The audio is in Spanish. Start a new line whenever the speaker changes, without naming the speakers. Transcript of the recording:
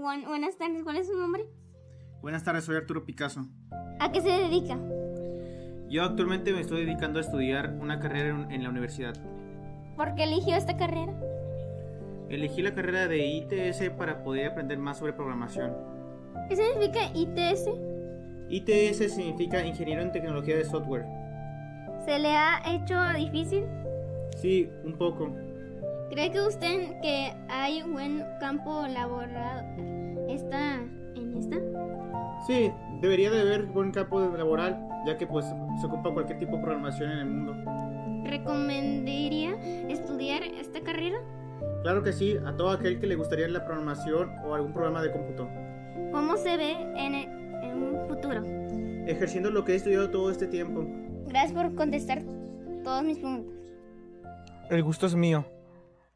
buen- buenas tardes, ¿cuál es su nombre?
Buenas tardes, soy Arturo Picasso.
¿A qué se dedica?
Yo actualmente me estoy dedicando a estudiar una carrera en- en la universidad.
¿Por qué eligió esta carrera?
Elegí la carrera de ITS para poder aprender más sobre programación.
¿Qué significa ITS?
ITS significa Ingeniero en Tecnología de Software.
¿Se le ha hecho difícil?
Sí, un poco.
¿Cree que usted que hay un buen campo laboral está en esta?
Sí, debería de haber buen campo de- laboral, ya que pues se ocupa cualquier tipo de programación en el mundo.
¿Recomendaría estudiar esta carrera?
Claro que sí, a todo aquel que le gustaría la programación o algún programa de cómputo.
¿Cómo se ve en, el- en un futuro?
Ejerciendo lo que he estudiado todo este tiempo.
Gracias por contestar todas mis preguntas.
El gusto es mío.